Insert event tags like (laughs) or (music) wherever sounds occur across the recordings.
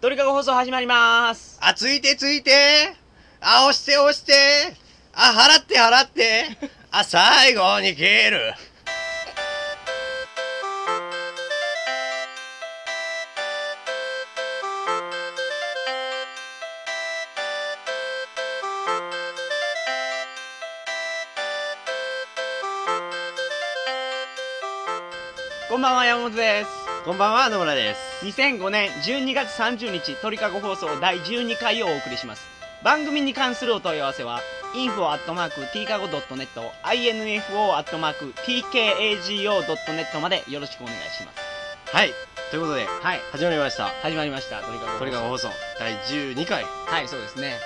ドリカゴ放送始まります。あ、ついてついてあ、押して押してあ、払って払ってあ、最後に切るこんばんは、山本です。こんばんは、野村です。 2005年12月30日、鳥かご放送第12回をお送りします。番組に関するお問い合わせは、info.tkago.net、info.tkago.net までよろしくお願いします。はい、ということで、はい。始まりました。始まりました、鳥かご放送。トリガー放送第12回。はい、そうですね。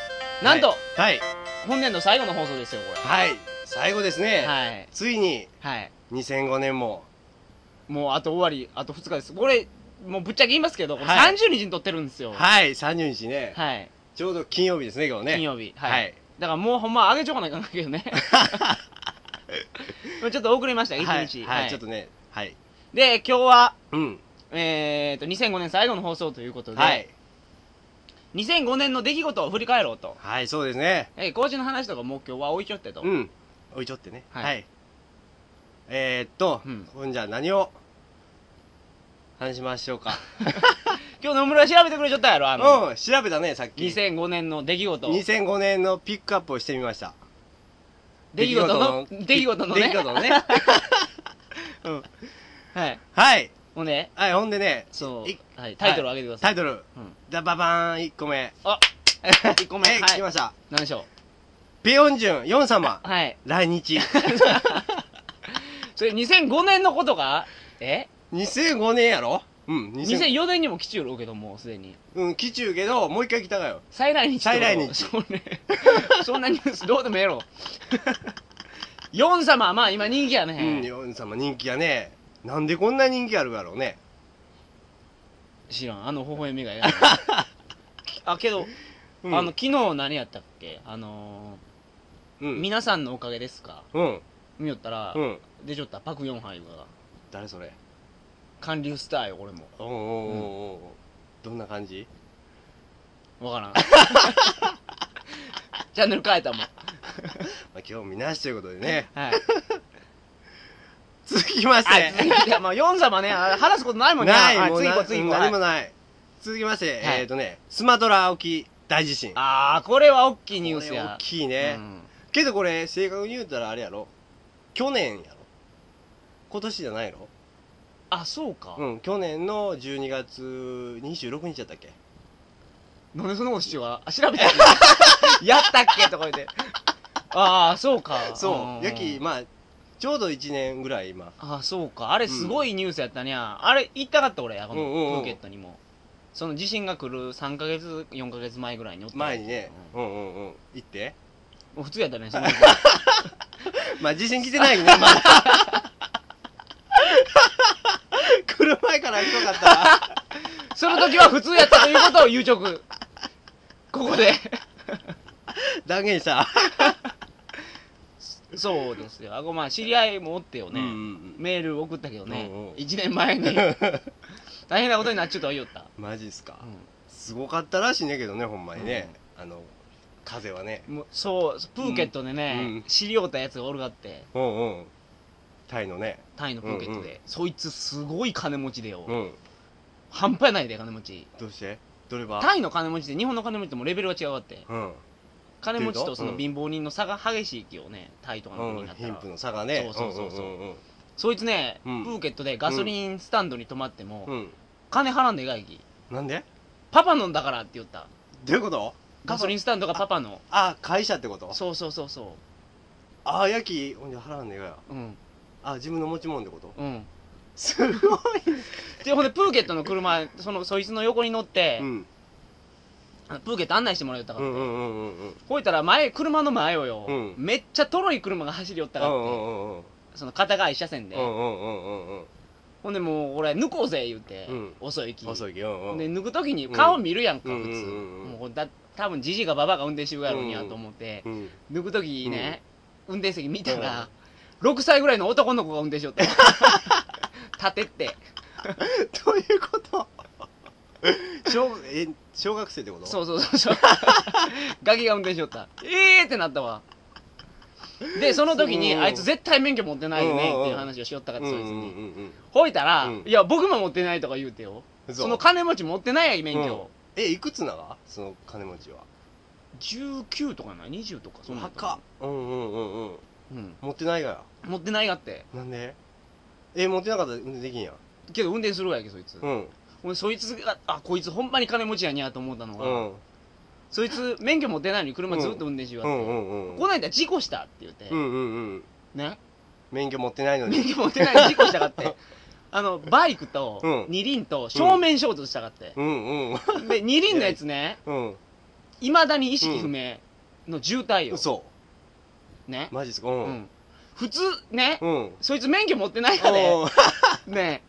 なんと、はい、本年の最後の放送ですよ、こはい、はい最後ですれ。ね。はい。ついにはい。 2005年も。もうあと終わり、あと2日です。これ、もうぶっちゃけ言いますけど、これはい30日に撮ってるんですよ。はい、30日ね。はい。ちょうど金曜日ですね、今日ね。金曜日。はい。だからもうほんま上げちょかなきゃいかんけど (laughs) ね。ちょっと遅れました、1はい、日。はい、ちょっとね、はい。で、今日は、うん。えっと、2005年最後の放送ということで、はい。 2005年の出来事を振り返ろうと。はい、そうですね。えー、工事の話とかもう今日は置いちょってと。うん。置いちょってね。はいえー、っと、うんほんじゃあ何を話しましょうか。今日野村調べてくれちょったやろ、 (laughs) あの、うん、調べたね、さっき。 2005年の出来事。 2005年のピックアップをしてみました。出来事の、出来事のね。出来 (laughs) 事のね。うんはい。はい。ほんで、はい、ほんでね、いそう、はい、タイトルを上げてくださタい。イトル、うんダババーン1 (laughs) 個目。あ、1個目。え、は聞いき。ました。何でしょペヨンジュン、ヨン様、う。はい。来 (laughs) 日。それ2005年のことが、え2005年やろうん、2000 ?2004 年にも来ちゅうろうけど、もうすでに。うん、来ちゅうけど、もう一回来たがよ。再来日ってこと再来日そうね。 (laughs) そんなニュースどうでもええ (laughs) ろ。ヨン様、まあ今人気やうん、ね。ヨン様人気やね。なんでこんな人気あるやろうね。知らん。あの微笑みが (laughs) ええなあ、けど、うん、あの、昨日何やったっけあのうーん、皆さんのおかげですかうん、見よったら、うん。出ちょったパク・ヨンハイが、誰それ韓流スターよ、俺も。おうおうおうおうどんな感じわ (laughs) からん。チャンネル変えたもん。まあ、今日見なしということでね。はい。続きましあ、続て。いて、まあ、ヨン様ね、あ話すことないもんね。ない、はいもう次な行こう、次行うんこう。何はもいない。続きまして、はいえっとね、スマトラ沖大地震。あー、これは大きいいニュースや大。きいねう。んけどこれ、正確に言うたらあれやろ。去年やろ。今年じゃないのあ、そうか。うん、去年の12月26日やったっけなんでそんなことしようかあ調べてやったっけとか言って。ああ、そうか。そんう。やき、まあ、ちょうど1年ぐらい今。ああ、そうか。あれ、すごいニュースやったにゃ。あれ、行ったかった俺、このうんうんうんプーケットにも。その地震が来る3ヶ月、4ヶ月前ぐらいにおった前にね、うんうんうん、行って。うん普通やったね、そ (laughs) のまあ、地震来て (laughs) ないけどね、まだ。来る前からひどかったわ。その時は普通やったということを言うちょ (laughs) く。ここで。断言した。そうですよ。あ、ごめん、知り合いもおってようんうんね。うんメール送ったけどねうんうん。 1年前 (laughs) に。大変なことになっちゅうとは言おった。マジっすかう。んすごかったらしいねんけどね、ほんまにね。あの、風はね。もうそうプーケットでね、うん知り合うたやつがおるがってうんうん。タイのね。タイのプーケットで、うんうんそいつすごい金持ちでよ、うん。半端やないで金持ちどうしてどればタイの金持ちで日本の金持ちともレベルが違うわってうん。金持ちとそっのていう貧貧乏人の差が激しい気をねタイとかのう国にんな。った貧ら、富の差がね。そうそうそうそうんんんそいつね、うんプーケットでガソリンスタンドに泊まっても、うん。金払んでがいきなんでパパのだからって言ったどういうことガソリン。ンスタンドがパパのあ、会社ってことそうそうそうそああ、やき、ほんじゃ払わんねえがよ。ううんあ、自分の持ち物ってことうんすごい。でほんでプーケットの車そのそいつの横に乗って、うん。あのプーケット案内してもらえたうから、んうんうんうんうん。ほいたら前、車の前をよ、うんめっちゃとろい車が走りよったかうらっんうて、んうんうん。その片側一車線で、うんうんうんうんうんほんでもう俺、抜こうぜ言うて、うん遅い気細に。いけうんうんで、抜くときに顔見るやんか、うん普通。うんうんうんうんもうだ多分じじいがばばが運転してるやろうにやと思って、 (laughs) うん抜くときね、運転席見たら、6歳ぐらいの男の子が運 (laughs) 転しよった。立てって。どういうこと小え小学生ってことそうそうそう (laughs) そう。ガキが運転しよった。ええーってなったわ。で、その時に、うんあいつ絶対免許持ってないよねうんうんうんっていう話をしよったから、うんそうんいうつんに。うんほいたら、うんいや、僕も持ってないとか言うてよ。うんその金持ち持ってないやん、免許を。えいくつながその金持ちは19とかな、20とか、そんなんやったか墓うんうんうんうんなうん。持ってないから持ってないやって。なんでえ持ってなかったら運転できんやけど運転するわやけ、そいつ。うん俺、そいつが、あ、こいつほんまに金持ちやにゃと思ったのうが、んそいつ免許持ってないのに車ずっと運転しよううやんっうて。んうんこないだ事故したって言って、うんうんうんね。免許持ってないの免に許持ってない事故したかって。あの、バイクとうん、二輪と正面衝突したかって。うんうんで、二輪のやつね、うんいまだに意識不明の渋滞よ。嘘ね。マジっすかううんん。普通、ね、うんうんそいつ免許持ってないかね。ね。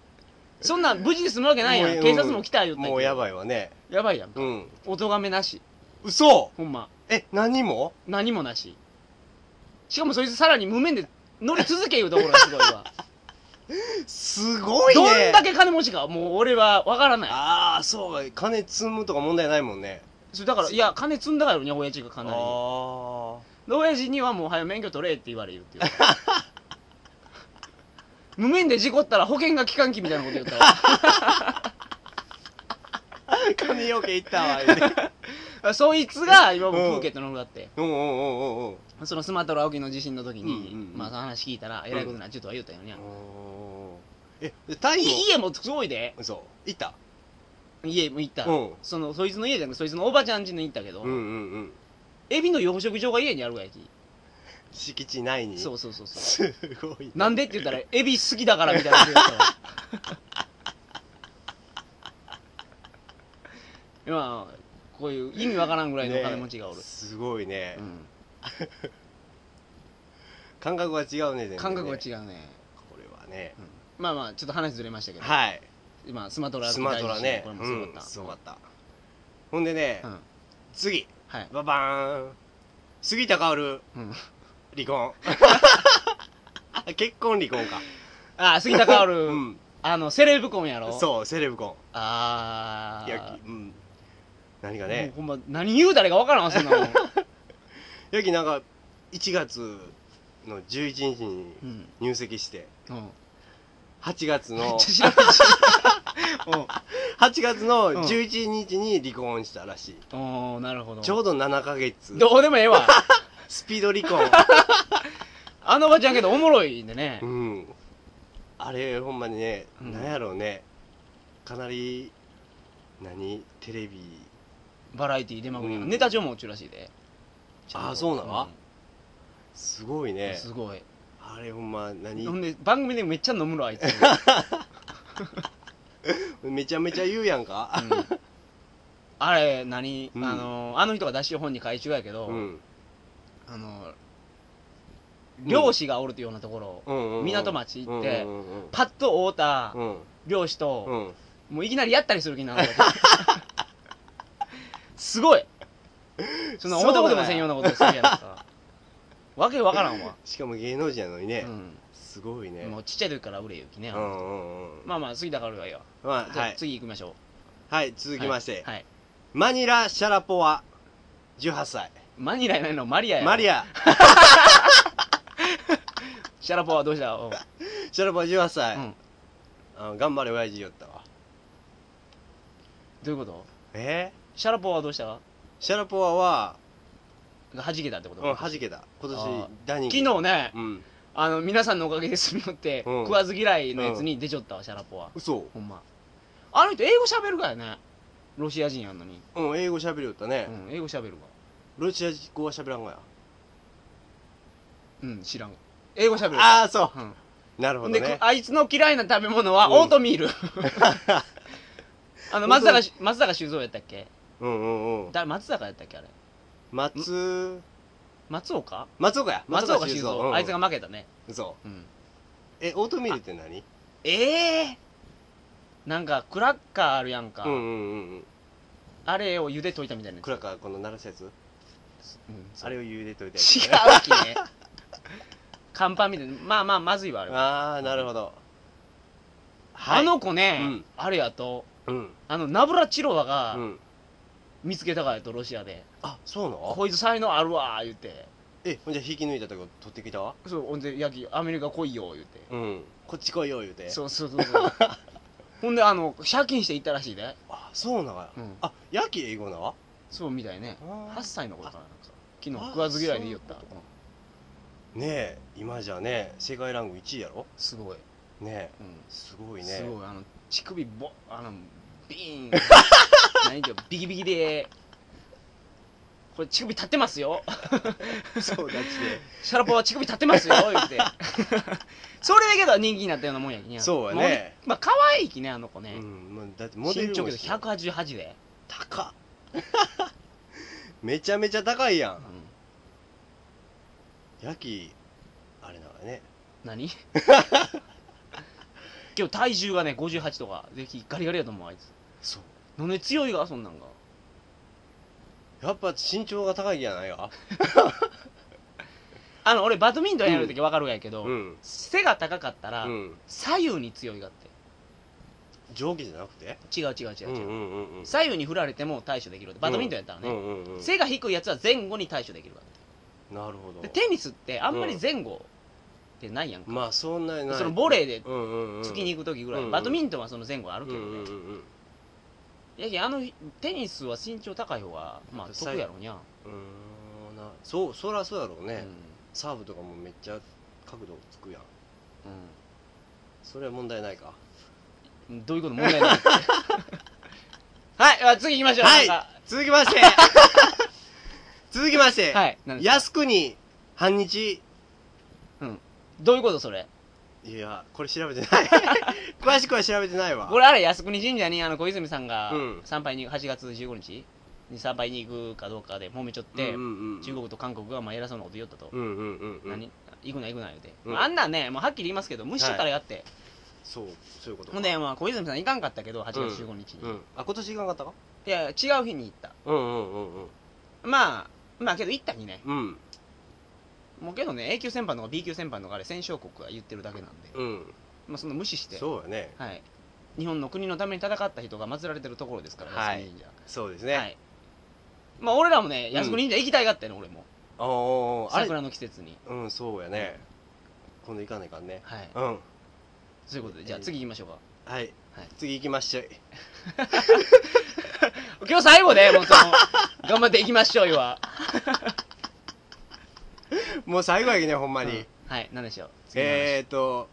そんなん無事で済むわけないやもん。う警察も来たよって。もうやい。ばいわねやばいやんう。んお咎めなし。嘘ほんま。え何も何もなし。しかもそいつさらに無免で乗り続けいうところがすごい (laughs) わ。すごいどねんだけ金持ちか、もう俺はわからない。ああそうか金積むとか問題ないもんねそれだから、いや、金積んだからね、親父がかなり。あで親父にはもう早免許取れって言われるっていう (laughs) 無免で事故ったら保険が期間期みたいなこと言ったわあ髪の毛いったわ言 (laughs) うて (laughs) そいつが今もプーケットの方だって、うんうんうんうんうんそのスマトラ沖の地震の時に、うんうんうんまあその話聞いたらえらいことになっちゃうとは言うたよね、おーえでタイいも家もすごいで嘘いた家も行った、うんそのそいつの家じゃなくてそいつのおばちゃん家に行ったけど、うんうんうんエビの養殖場が家にあるわやき敷地内にそうそうそうそうすごいねなんでって言ったらエビ好きだからみたいなこと言うたわ (laughs) まあこういう意味わからんぐらいのね金持ちがおる、すごいねうん感覚が違うね全然ね感覚がう違うね、これはねまあまあちょっと話ずれましたけど、はい今スマトラスマトラねこれもうすごかっんた、すごかったほんでねうん次はい、ババーン杉田薫うん、(laughs) 離婚結婚離婚かああ杉田薫、うんあのセレブ婚やろうそうセレブ婚ああいやきうん何かもねうほんま何言うたらいいかわからんわそんな (laughs) もん、やきなんか1月の11日にうん入籍して、うん、 8月めっ (laughs) のちゃ調べて (laughs) る8月のうん11日に離婚したらしい、うんおおなるほどちょうど7ヶ月どうでもええ (laughs) わスピード離婚あのおばちゃんけどおもろいんでねう。んあれほんまにね、うんなんやろうねかなり何テレビバラエティー出まくりやな、うんネタ帳も落ちるらしいで。あそうなのすごいうんねすごい。あれほんまほん何で、番組でめっちゃ飲むろ、 (laughs) あいつ。うんめちゃめちゃ言うやんかあれ、何、うんあの、あの人が出してる本に書いちゅうやけど、うんあの、うん漁師がおるというようなところ、うんうんうん港町行ってうんうんパッと会うたうん漁師うと、んうんもういきなりやったりする気になるわけ (laughs) すごいそんな男でもせんようなことするやんか。わけわから (laughs) んわ。しかも芸能人やのにね、うすごいねん。もうちっちゃい時から売れ行きね。うんうんうんまあまあ、次だからはいいわ。まあじゃはあい次行きましょう。はい続きまして、はい。はいマニラ・シャラポワ、18歳。マニラやないの、マリアや。マリア。 (laughs) ア、シャラポはどうしたおうシャラポワ18歳。うんあの頑張れ、親父よったわ。どういうことえシャラポはどうしたー、シャラポワは、弾けたってこうん、と弾けた。あ今年、大人昨気。日ね、うん。あの、皆さんのおかげですみよって、うん食わず嫌いのやつに出ちょったわ、シャラポは。嘘ほんま。あの人、英語喋るからね。ロシア人やんのに。うん、英語喋りよったねう。ん、英語喋るわ。ロシア語は喋らんがや。うん、知らん。英語喋るわ。ああ、そうんう。なるほほんどで、ねく。あいつの嫌いな食べ物はうんオートミー (laughs) ル。あの、松坂し、松坂修造やったっけうんうんうん。だ松坂やったっけあれ。松、松岡松岡や。松岡修う造。んあいつが負けたね。嘘。うん。え、オートミールって何ええなんかクラッカーあるやんか、うんうんうんうん。あれを茹でといたみたいなやつクラッカー、この鳴らすやつうんそうあれを茹でといて。違うきね乾パンみたいなまあまあまずいわあれはああ、なるほど。あの子ね、うんあれやとうんあのナブラチロワうがん見つけたからやとロシアで、あそうなのこいつ才能あるわー言ってえほんじゃ引き抜いたとこ取ってきたそうほんでヤギアメリカ来いよ言ってうんこっち来いよ言うてそうそうそうそう (laughs) ほんであの借金して行ったらしいで、あそうなのやうんあヤキ英語なわそうみたいねあー8歳の頃からなんか昨日あ食わず嫌いで言ったそういううんねえ今じゃね世界ランク1位やろすごい、ねえうんすごいねすごいあの乳首ボあのビ (laughs) ーン何ていうのビキビキでこれ乳首立ってますよ (laughs) そうだちシャラポは乳首立ってますよ言 (laughs) ってそれだけど人気になったようなもんやきねそうやねまあ可愛いきねあの子で (laughs) ね、うんもうだってモ身デル長もけど188で、高っ (laughs) めちゃめちゃ高いうやんんヤキあれなのね (laughs) 何けど体重がね58とかぜひガリガリやと思うあいつそうなんで強いがそんなんがやっぱ身長が高いじゃないかあの俺バドミントンやるとき分かるやけど、うん背が高かったら、うん左右に強いがって上下じゃなくて違う違う違う違う、んうんうん左右に振られても対処できるってバドミントンやったらね、うんうんうん背が低いやつは前後に対処できるわなるほどでテニスってあんまり前後ってないやんか、まあそんなにないそのボレーでうんうんうん突きに行く時ぐらい、うんバドミントンはその前後あるうんけうどね、んうんやけんあのテニスは身長高い方がまあ得やろうにゃ、うんうーんなそうそらそうやろううんねサーブとかもめっちゃ角度つくやんそれは問題ないかうんどういうこと問題ない (laughs) はいあ次行きましょうはいなんか続きまして続きましてはいなんです靖国反日どういうことそれいやこれ調べてない詳しくは調べてないわこれあれ靖国神社にあの小泉さんがうん参拝に8月15日に参拝に行くかどうかで揉めちょって、うんうんうん中国と韓国がまあ偉そうなこと言おったと、うんうんうんうん何行くな行くな言うて、うんまああんなんねもうはっきり言いますけど無視しとったらやって、そうそういうことほんで、まあ、小泉さん行かんかったけど8月15日に、うんあ今年行かなかったかいや違う日に行ったうんうんうんうんまあまあけど行ったにねうんもうけどね A 級戦犯のか B 級戦犯のかあれ戦勝国が言ってるだけなんで、うんまあ、その無視してそうやねはい、日本の国のために戦った人が祀られてるところですからはい靖国神社そうですはねいまあ俺らもねん靖国神社行きたいがってね、俺もおーおーあれ桜の季節にうんそうやね今度行かないかんねはいうんそういうことでじゃあ次行きましょうかはいはい次行きましょう今日最後でもうその頑張っていきましょうよ (laughs) はもう最後やけねほんまうにんはい何でしょう次の話えーと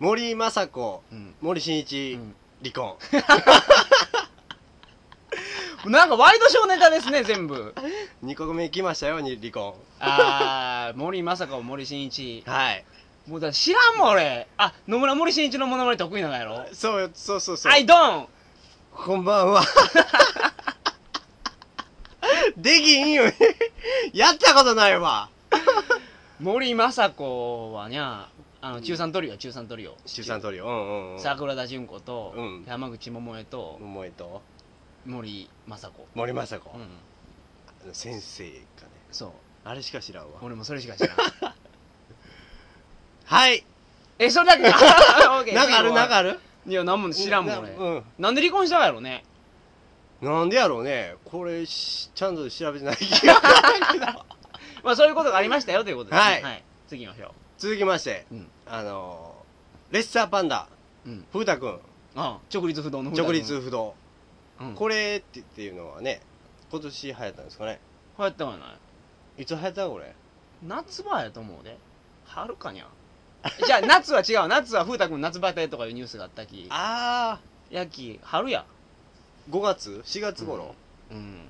森昌子うん森進う一ん (laughs) 離婚なんかワイドショーネタですね全 (laughs) 部2個目来ましたよに離婚あー森まさか森進一はいもうだ知らんもん俺あ野村森進一のモノマネ得意なのやろそうよそうそうそうアイドンこんば (laughs) んはできんよね (laughs) やったことないわ森まさ子はにゃあの中3トリオ中3トリオ中3トリオうんうんうん桜田淳子とうん山口百恵と桃江と森まさ子森昌子うん先生かねそうあれしか知らんわ俺もそれしか知らん (laughs) はいえそれ (laughs) だけかオッケーなんかあ最後るはなんかあるいやなんも知らんもん俺なうんなんで離婚したんやろねなんでやろうねこれしちゃんと調べてない気が (laughs) まあそういうことがありましたよということですねはい次行きましょ続きまして、うんあのーレッサーパンダううん風太くんああ直立不動の直立不動、うんここれってっていうのはね今年流行ったんですかねうやったんやないいつ流行ったこれ夏場やと思うで春かにゃじゃあ夏は違う夏は風太君夏バテとかいうニュースがあったきああやき春や5月4月頃、うん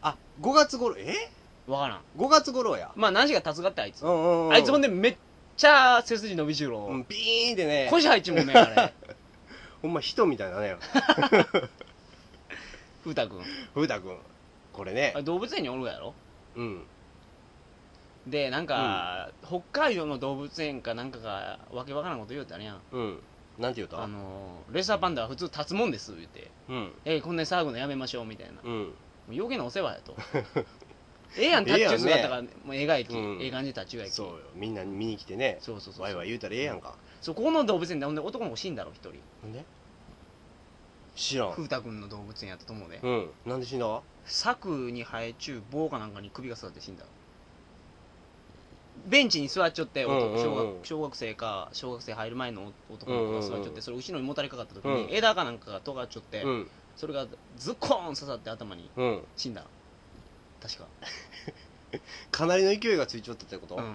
あ5月頃え分からん5月頃やまあ何時が経つがってあいつうんうん、うん、あいつほんで、でめっちゃ背筋伸びしろ、うん、ビーンってね腰入っちゅうもんねあ (laughs) れほんま人みたいな (laughs) ね風太君風太くんこれねあれ動物園におるやろうんでなんか、北海道の動物園かなんかがわけわからんこと言うたらやんうんなんて言うあたのレッサーパンダは普通立つもんです言ってうんえこんなに騒ぐのやめましょうみたいなもうんう余計なお世話や (laughs) とええやんえタッえやんチね姿が、もう描いき、うんええ感じでタッチ描きそうよみんな見に来てねそうそうそうワイワイ言うたらええやんかそうここの動物園でほんで男の子死んだろ一人ほんで知らん風太くんの動物園やったと思うでうんなんで死んだ柵に生え中棒かなんかに首が刺さって死んだベンチに座っちょって、男うんうんう小ん学小学生か小学生入る前の男の子が座っちょって、うんうんうんそれ後ろにもたれかかった時に、うん枝かなんかが尖っちょって、うんそれがズコーン刺さって頭にうん死んだ確かかなりの勢いがついちゃったってこと、うん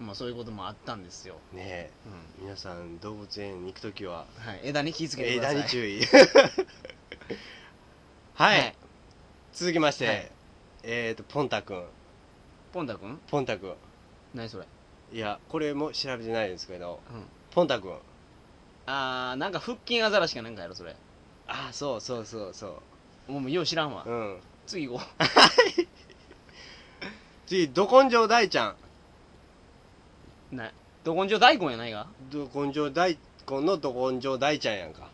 まあそういうこともあったんですよ、ねえう皆さん動物園に行くときはんはい、枝に気ぃつけてくださ枝いに (laughs) 注意ははい、い続きまして、はいえっ、とポンタくんポンタ君ポンタくん何それ、いやこれも調べてないんですけどうん、ポンタくんああーなんか腹筋アザラシかなんかやろそれあそうそうそうそもうよう知らんわううん次行こ次ど根性大ちゃんうなど根性大根やないがど根性大根のど根性大ちゃんやんか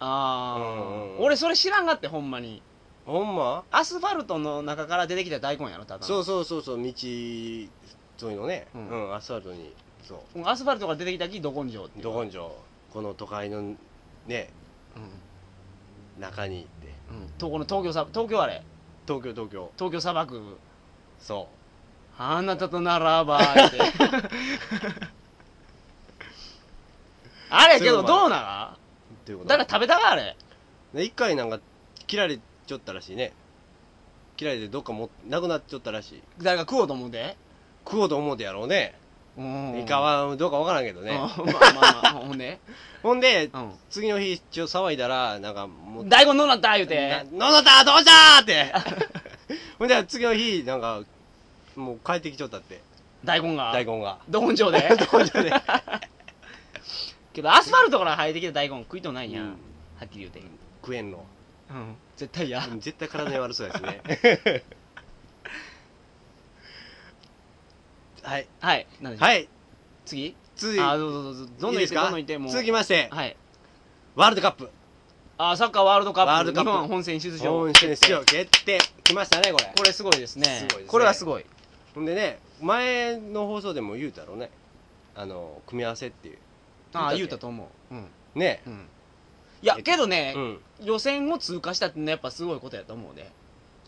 あうんうんーうん俺それ知らんがってほんまにほんまアスファルトの中から出てきた大根やろただのそうそうそうそう道沿いのねううんん、アスファルトにそうアスファルトから出てきたきど根性っていうど根性この都会のね中に行ってうん、うん、とこの東京さ東京あれ東京東京東京砂漠そあなたとならばって (laughs) あれけどどうなうっていうこのと誰か食べたかあれで一回なんか切られちょったらしいね切られてどっかもなくなっちゃったらしい誰か食おうと思うで食おうと思うてやろうねうんいかはどうかわからんけどねねまあまあまあほん (laughs) で、ほんでう、次の日一応騒いだらなんかもうん大根どうなった言うなて「ののたどうした!」って (laughs) ほんで次の日なんかもう帰ってきちゃったって大根が大根 (laughs) がど根性 (laughs) で根性でけどアスファルトから生えてきた大根食いとうないんや、うんはっきり言うて、食えんのうん、絶対やうん絶対体に悪そうで (laughs) すねはいはい何でしょうはい次続いあどうぞどうぞどんどん言いいでっすてかどんどん言ってもう続きましてはいワールドカップあサッカーワールドカップワールドカップ日本本戦出場本選出場決定来ましたねこれこれすごいですねすごいですねこれはすごいほんでね前の放送でも言うたろうねあの組み合わせっていうああ言言ううたたっけと思ううんねうんいやえっとけどね、うん予選を通過したってのはやっぱすごいことやと思うね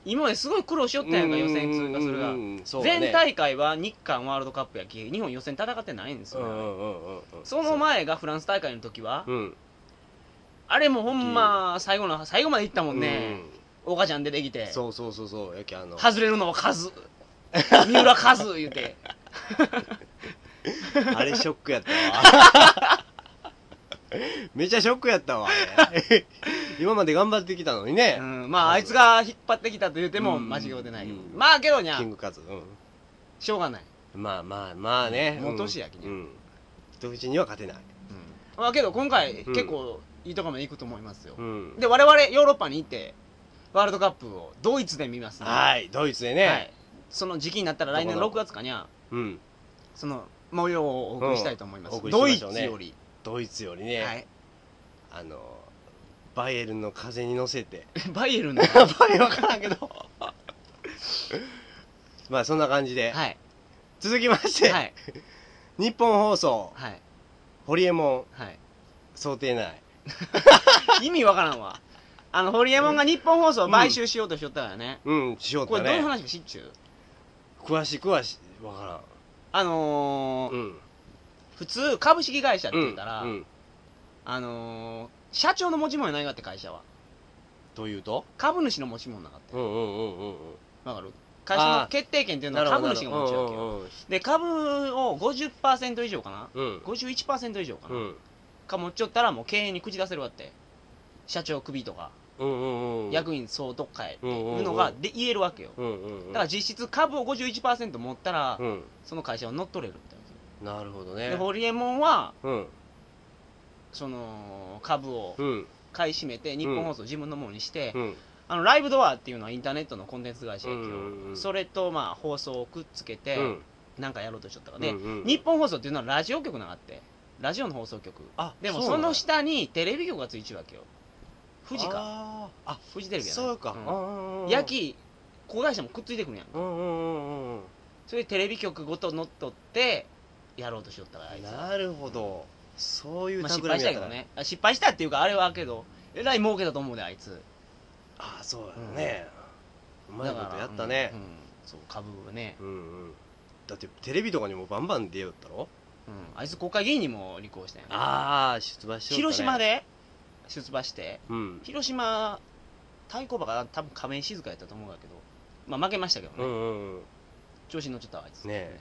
今まですごい苦労しよったやんか予選通過するがうんそうだね前大会は日韓ワールドカップやき日本予選戦ってないんですうよ、んねうんうんうんうんその前がフランス大会の時は、うんあれもほんま最後の最後までいったもんね、岡ちゃん出てきてうんそうそうそうそうやけあの外れるのはカズ (laughs) 三浦カズ言う (laughs) てあれショックやったわ (laughs) めちゃショックやったわあ (laughs) れ今まで頑張ってきたのにね、うん、まああいつが引っ張ってきたと言ってもうん間違うてないけど、うんまあけどにゃキングカズ、うしょうがない、ん、まあまあまあねもう年やきねうん、独自には勝てない、まあけど今回うん結構いいとこまで行くと思いますよ、うん、で我々ヨーロッパに行ってワールドカップをドイツで見ますはいドイツでいね、はい、その時期になったら来年どこ6どこ月かにゃうん、その模様をお送りしたいと思います、うんお送りしドまイしツょうねより、ドイツよりね、はい、 (laughs) あのバイエルンの風に乗せて (laughs) バイエルンのバイエルン分からんけどまあそんな感じで、はい続きまして、はい日本放送はいホリエモンはい想定内 (laughs) 意味わからんわあのホリエモンが日本放送を買収しようとしよったからね、うんしようこれとどういうね話か知っちゅう詳しくはし分かあのーらんうん普通株式会社って言ったら、うんうん、あのー社長の持ち物やないかって会社はというと株主の持ち物なかっうんうんうんうんたわかる会社の決定権っていううんのは株主が持ちうわんけうよんうんで株を50%以上かなうん51%以上かうな、んか持っちょったらもう経営に口出せるわって社長クビとか、うんうんうん役員総督会ってうんうんうんいうのがで言えるわけようんうんうんだから実質株を51%持ったら、うんその会社を乗っ取れるみたいなるほどな、ねでホリエモンはうんその株をうん買い占めて日本放送自分のものにして、うんあのライブドアっていうのはインターネットのコンテンツ会社やけど、うんうんうんそれとまあ放送をくっつけて、うんなんかやろうとしとったからね、うんうん日本放送っていうのはラジオ局ながあってラジオの放送局あでもうなそんのだ下にテレビ局がついちゅうわけよ富士かあーあ富士テレビやなそうかんヤキ子会社もくっついてくんやんうんうんうんうんそれでテレビ局ごと乗っ取ってやろうとしよったからあいつはなるほどそういうまあ、た失くら敗みしたけやかどらねあ失敗したっていうかあれはけどえらい儲けたと思うであいつああそうだね、うまいことやっただねからうんうんそう株をね、うん、うんだってテレビとかにもバンバン出よったろうんあいつ国会議員にも立候補したんやねああ出馬しよったね広島で出馬してうん広島対抗馬が多分亀井静香やったと思うんだけどまあ負けましたけどうね、んうんうん調子に乗っちゃったわあいつね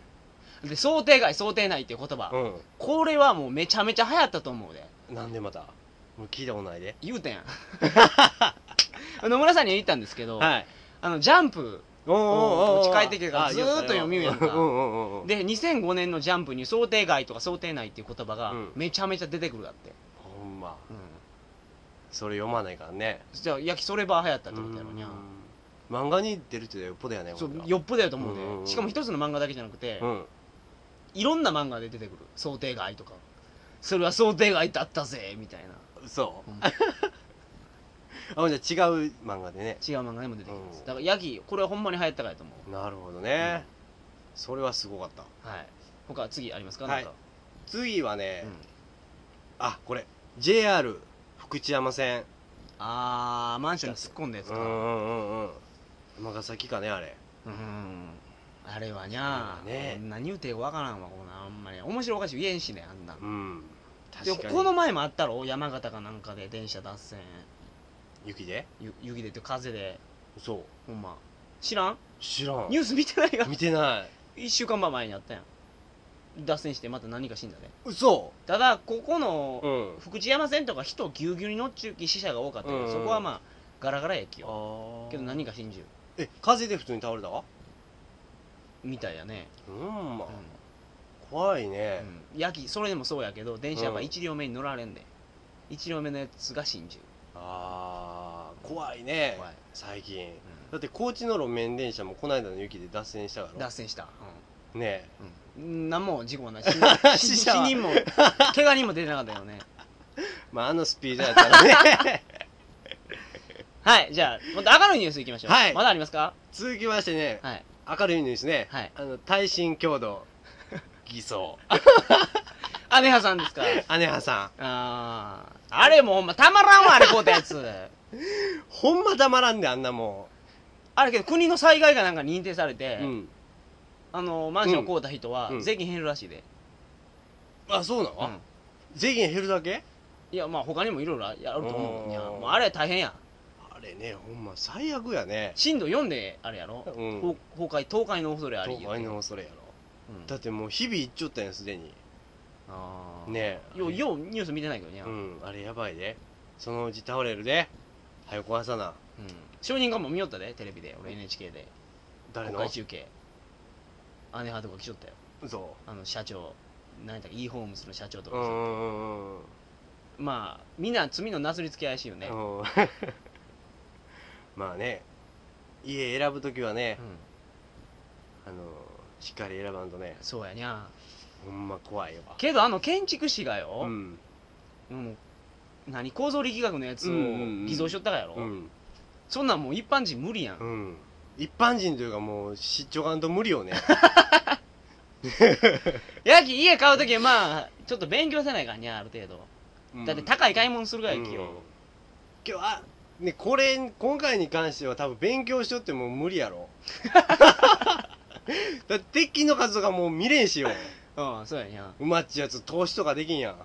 で想定外想定内っていう言葉、えこれはもうめちゃめちゃ流行ったと思うでうんなんでまたもう聞いたことないで言う (laughs) てん野村さんには言ったんですけど、はいあのジャンプおうおう近い時からずーっと読みようやんかうんうんうんうんで2005年のジャンプに想定外とか想定内っていう言葉がうんめちゃめちゃ出てくるだって、ほんまうんそれ読まないからねじゃあ焼きそれば流行ったってことやろにゃうん漫画に出るってよっぽどやねそうほんならよっぽどやと思うで、うんうんうんしかも一つの漫画だけじゃなくて、うんいろんな漫画で出てくる想定外とかそれは想定外だったぜみたいなそ (laughs) うんうあじゃあ違う漫画でね違う漫画でも出てきます、うんだからヤギこれはほんまに流行ったからやと思なるほどねそれはすごかったうはい他次ありますかはないんか、次はねうんあこれ JR 福知山線あーマンションに突っ込んだやつうかんううんんうんうん尼崎かねあれあれはにゃあ、ねこんなに言うてええかわからんわこんなあんまり面白おかしい言えんしねあんなうんで確もかにこの前もあったろ山形かなんかで電車脱線雪でゆ雪でって風でそうほんま知らん知らんニュース見て (laughs) ないが見てない1週間ば前にあったやん脱線してまた何か死んだね嘘ただここのうん福知山線とか人ぎゅうぎゅうに乗っちゅうき死者が多かったけど、うんうんそこはまあガラガラやきあよーけど何か心中え風で普通に倒れたみたいやね、うんまうん怖いねうんやきそれでもそうやけど電車やっぱうん1両目に乗られんで、1両目のやつが心中、あー怖いね怖い最近うだって高知の路面電車もこの間の雪で脱線したかんら脱線した、ねうんうん、何も事故は (laughs) ないし死死者は人も怪我人も出てなかったよねえまああのスピードやったら (laughs) ねはいじゃあもっと明るいニュースいきましょう、はいまだありますか続きましてねはい明るいニュースねはいあの耐震強度偽装アネハさんですか姉はさあーあれもうほんまたまらんわあれこうたやつ (laughs) んほんまたまらんであんなもあれけど国の災害かなんか認定されうて、うんあのマンションを買うた人はうん税金減るらしいで、あそうなうんの税金減るだけいやまあ他にもいろいろあると思ううんいやもうあれ大変やあれねほんま最悪やね震度4であれやろ、うんほ崩壊倒壊の恐れあり東海うんのそれやろだってもう日々行っちゃったんやすでにあーねえようようニュース見てないけどね、ううんんあれやばいでそのうち倒れるで早く壊さな証人がも見よったでテレビで俺 NHK で誰公の開中継姉派とか来ちょったよ嘘あの社長何やったっけ e ホームズの社長とうかん来うちょっんうんたまあみんな罪のなすりつけ怪しいよね、うんうん (laughs) まあね家選ぶときはね、あのしっかり選ばんとねそうやにゃほんま怖いわけどあの建築士がよ、うんもう何構造力学のやつをうんうんうん偽造しとったからやろ、うんそんなんもう一般人無理やん、うん一般人というかもう知っちょかんと無理 (laughs) よねやき家買う時はまあちょっと勉強せないからにゃある程度、だって高い買い物するからやきよ、うん今日あねこれ今回に関しては多分勉強しとっても無理や (laughs) ろだって鉄筋の数とかもう見れんしようん、そうやにゃうまっちやつ投資とかできんやん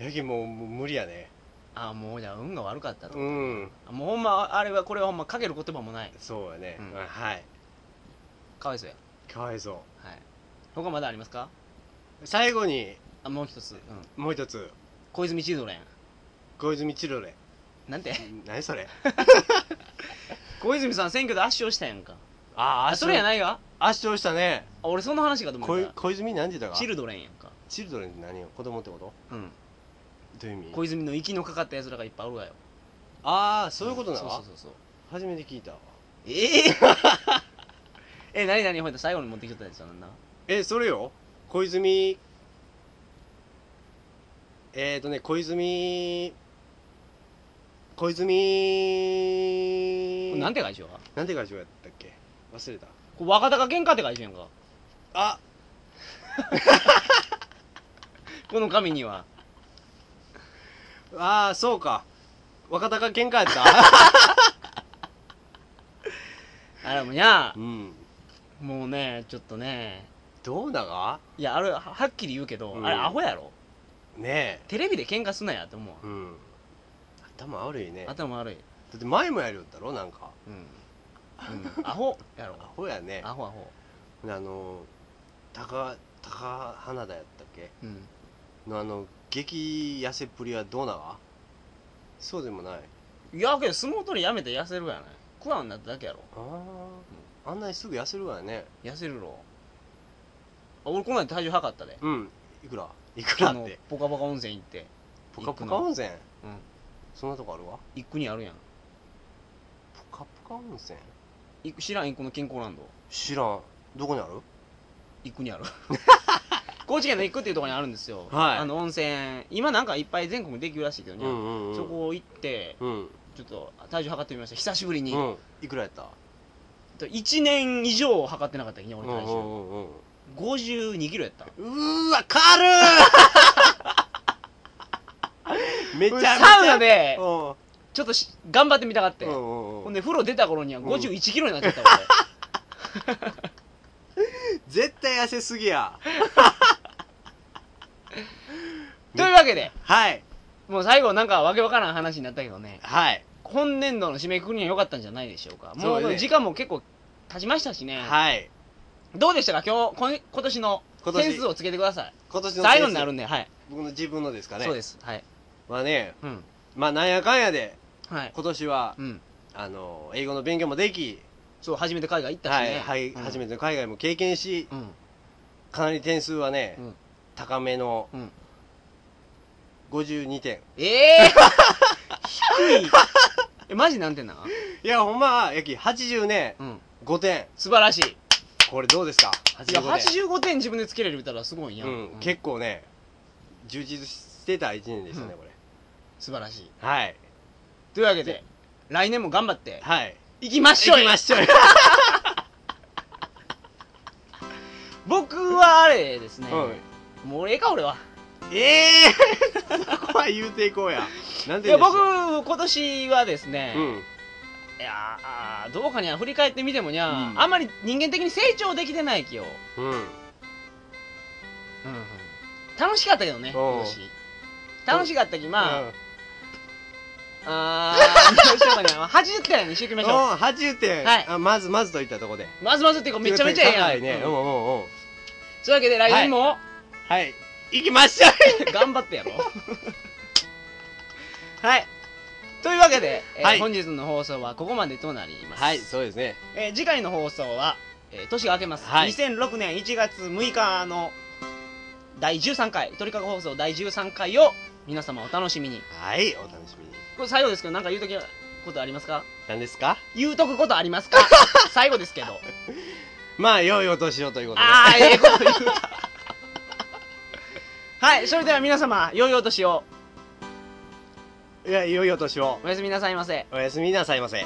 うんやけんもうもう無理やねああもうじゃあ運が悪かったと、うんもうほんまあれはこれはほんまかける言葉もないそうやね、うんあはいかわいそうやかわいそはい他まだありますかう最後にあもう一つ、うん、もう一つ小泉チルドレン小泉チルドレなんてン何それ (laughs) 小泉さん選挙で圧勝したやんかああそれやいないが圧勝したねあ俺その話かと思小っいた小泉何て言ったかチルドレンやんかチルドレンって何よ子供ってこうとんどういう意小味泉の息のかかったやつらがいっぱいおるわよああそういうことなのそうそうそうそう初めて聞いたわ (laughs) えええ何何ほんと最後に持ってきちゃったやつなんなえそれよ小泉えーとね小泉小泉なんてて会長がなんて会社やったっけ忘れたこれ若隆喧嘩って会長やんかあこの紙にはああそうか若隆喧嘩やった (laughs) あれもにゃうん。もうねちょっとねどうだがいやあれははっきり言うけど、うんあれアホやろねテレビで喧嘩すなやって思うわえ。うん。頭悪いね。だ頭悪いって前もやりよったろなんか。うん、うん、アホやろアホやね。アホアホあの、高、高花田やったっけうんのあの、激痩せっぷりはどうながそうでもない。いやけど相撲取りやめて痩せるやない食わんなっただけやろああ。あんなにすぐ痩せるわね。痩せるろあ俺この間体重測ったでうん。いくらいくらあっのて。ポカポカ温泉行ってポカポ行くカの温泉うんそんなとこあるわ。一区にあるやんポカポカ温泉一区知らん一区の健康ランド知らん。どこにある一区に (laughs) ある高知県の一区っていうところにあるんですよ、はいあの温泉今なんかいっぱい全国にできるらしいけどね、んそこ行ってうん。ちょっと体重測ってみました久しぶりに、うん。いくらやった1年以上測ってなかったっけねう俺んうん体重うんうん。 5 2キロやったうーわ、 (laughs) 軽いめちゃめちゃ。サウナでうん。ちょっとし頑張ってみたかって、うんうんほうんんで風呂出た頃にはうん5 1キロになっちゃった、絶対痩せすぎや。俺 (laughs) というわけではい。もう最後なんかわけわからん話になったけどねはい。今年度の締めくくりには良かったんじゃないでしょうかもそううね時間も結構経ちましたしね、はい。どうでしたか今日こん今年の今点数年、をつけてください今年の最後になる。るんではい僕の自分のですかね。。そうですすはいまあね、うんまあなんやかんやで、はい今年は、うんあの、英語の勉強もでき、そう初めて海外行ったしはねい、はい、うん初めての海外も経験し、うんかなり点数はね、うん高めの、うん52点。ええー、低 (laughs) いえマジなんてなのいや、ほんま、やき、80ね、うん5点。素晴らしいこれどうですかいや85 85点自分でつけれるたらすごいん点や、うん、結構ね充実してた1年でしたね、うんこれ素晴らしいはいというわけで来年も頑張ってはいいきましょう行きましょうよ僕はあれですね、うもうええか俺はんええー、 (laughs) そこは言うていこうやなんいでやでしょ僕今年はですね、ううんいやーあーどうかにゃ振り返ってみてもにゃ、うんあんまり人間的に成長できてないきよ、うん楽しかったけどねおう今年楽しかったきまあ、うんあーどうしようかな80点にしていきましょおー80点、はいあまずまずといったとこでうまずまずっていうかめちゃめちゃええ高やいん、ね、ううんんうんうんそういうわけで来年も、はい行きましょう (laughs) 頑張ってやろはいというわけで、えーはい本日の放送はここまでとなります、はいそうですねえー次回の放送は、えー年が明けます、はい2006年1月6日の第13回鳥かご放送第13回を皆様お楽しみにはいお楽しみにこれ最後ですけど何か言うときことありますか何ですか言うとくことあります (laughs) か最後ですけどまあ良いお年をということでああええこと言うた (laughs) はいそれでは皆様良いお年をいや良いお年をおやすみなさいませおやすみなさいませ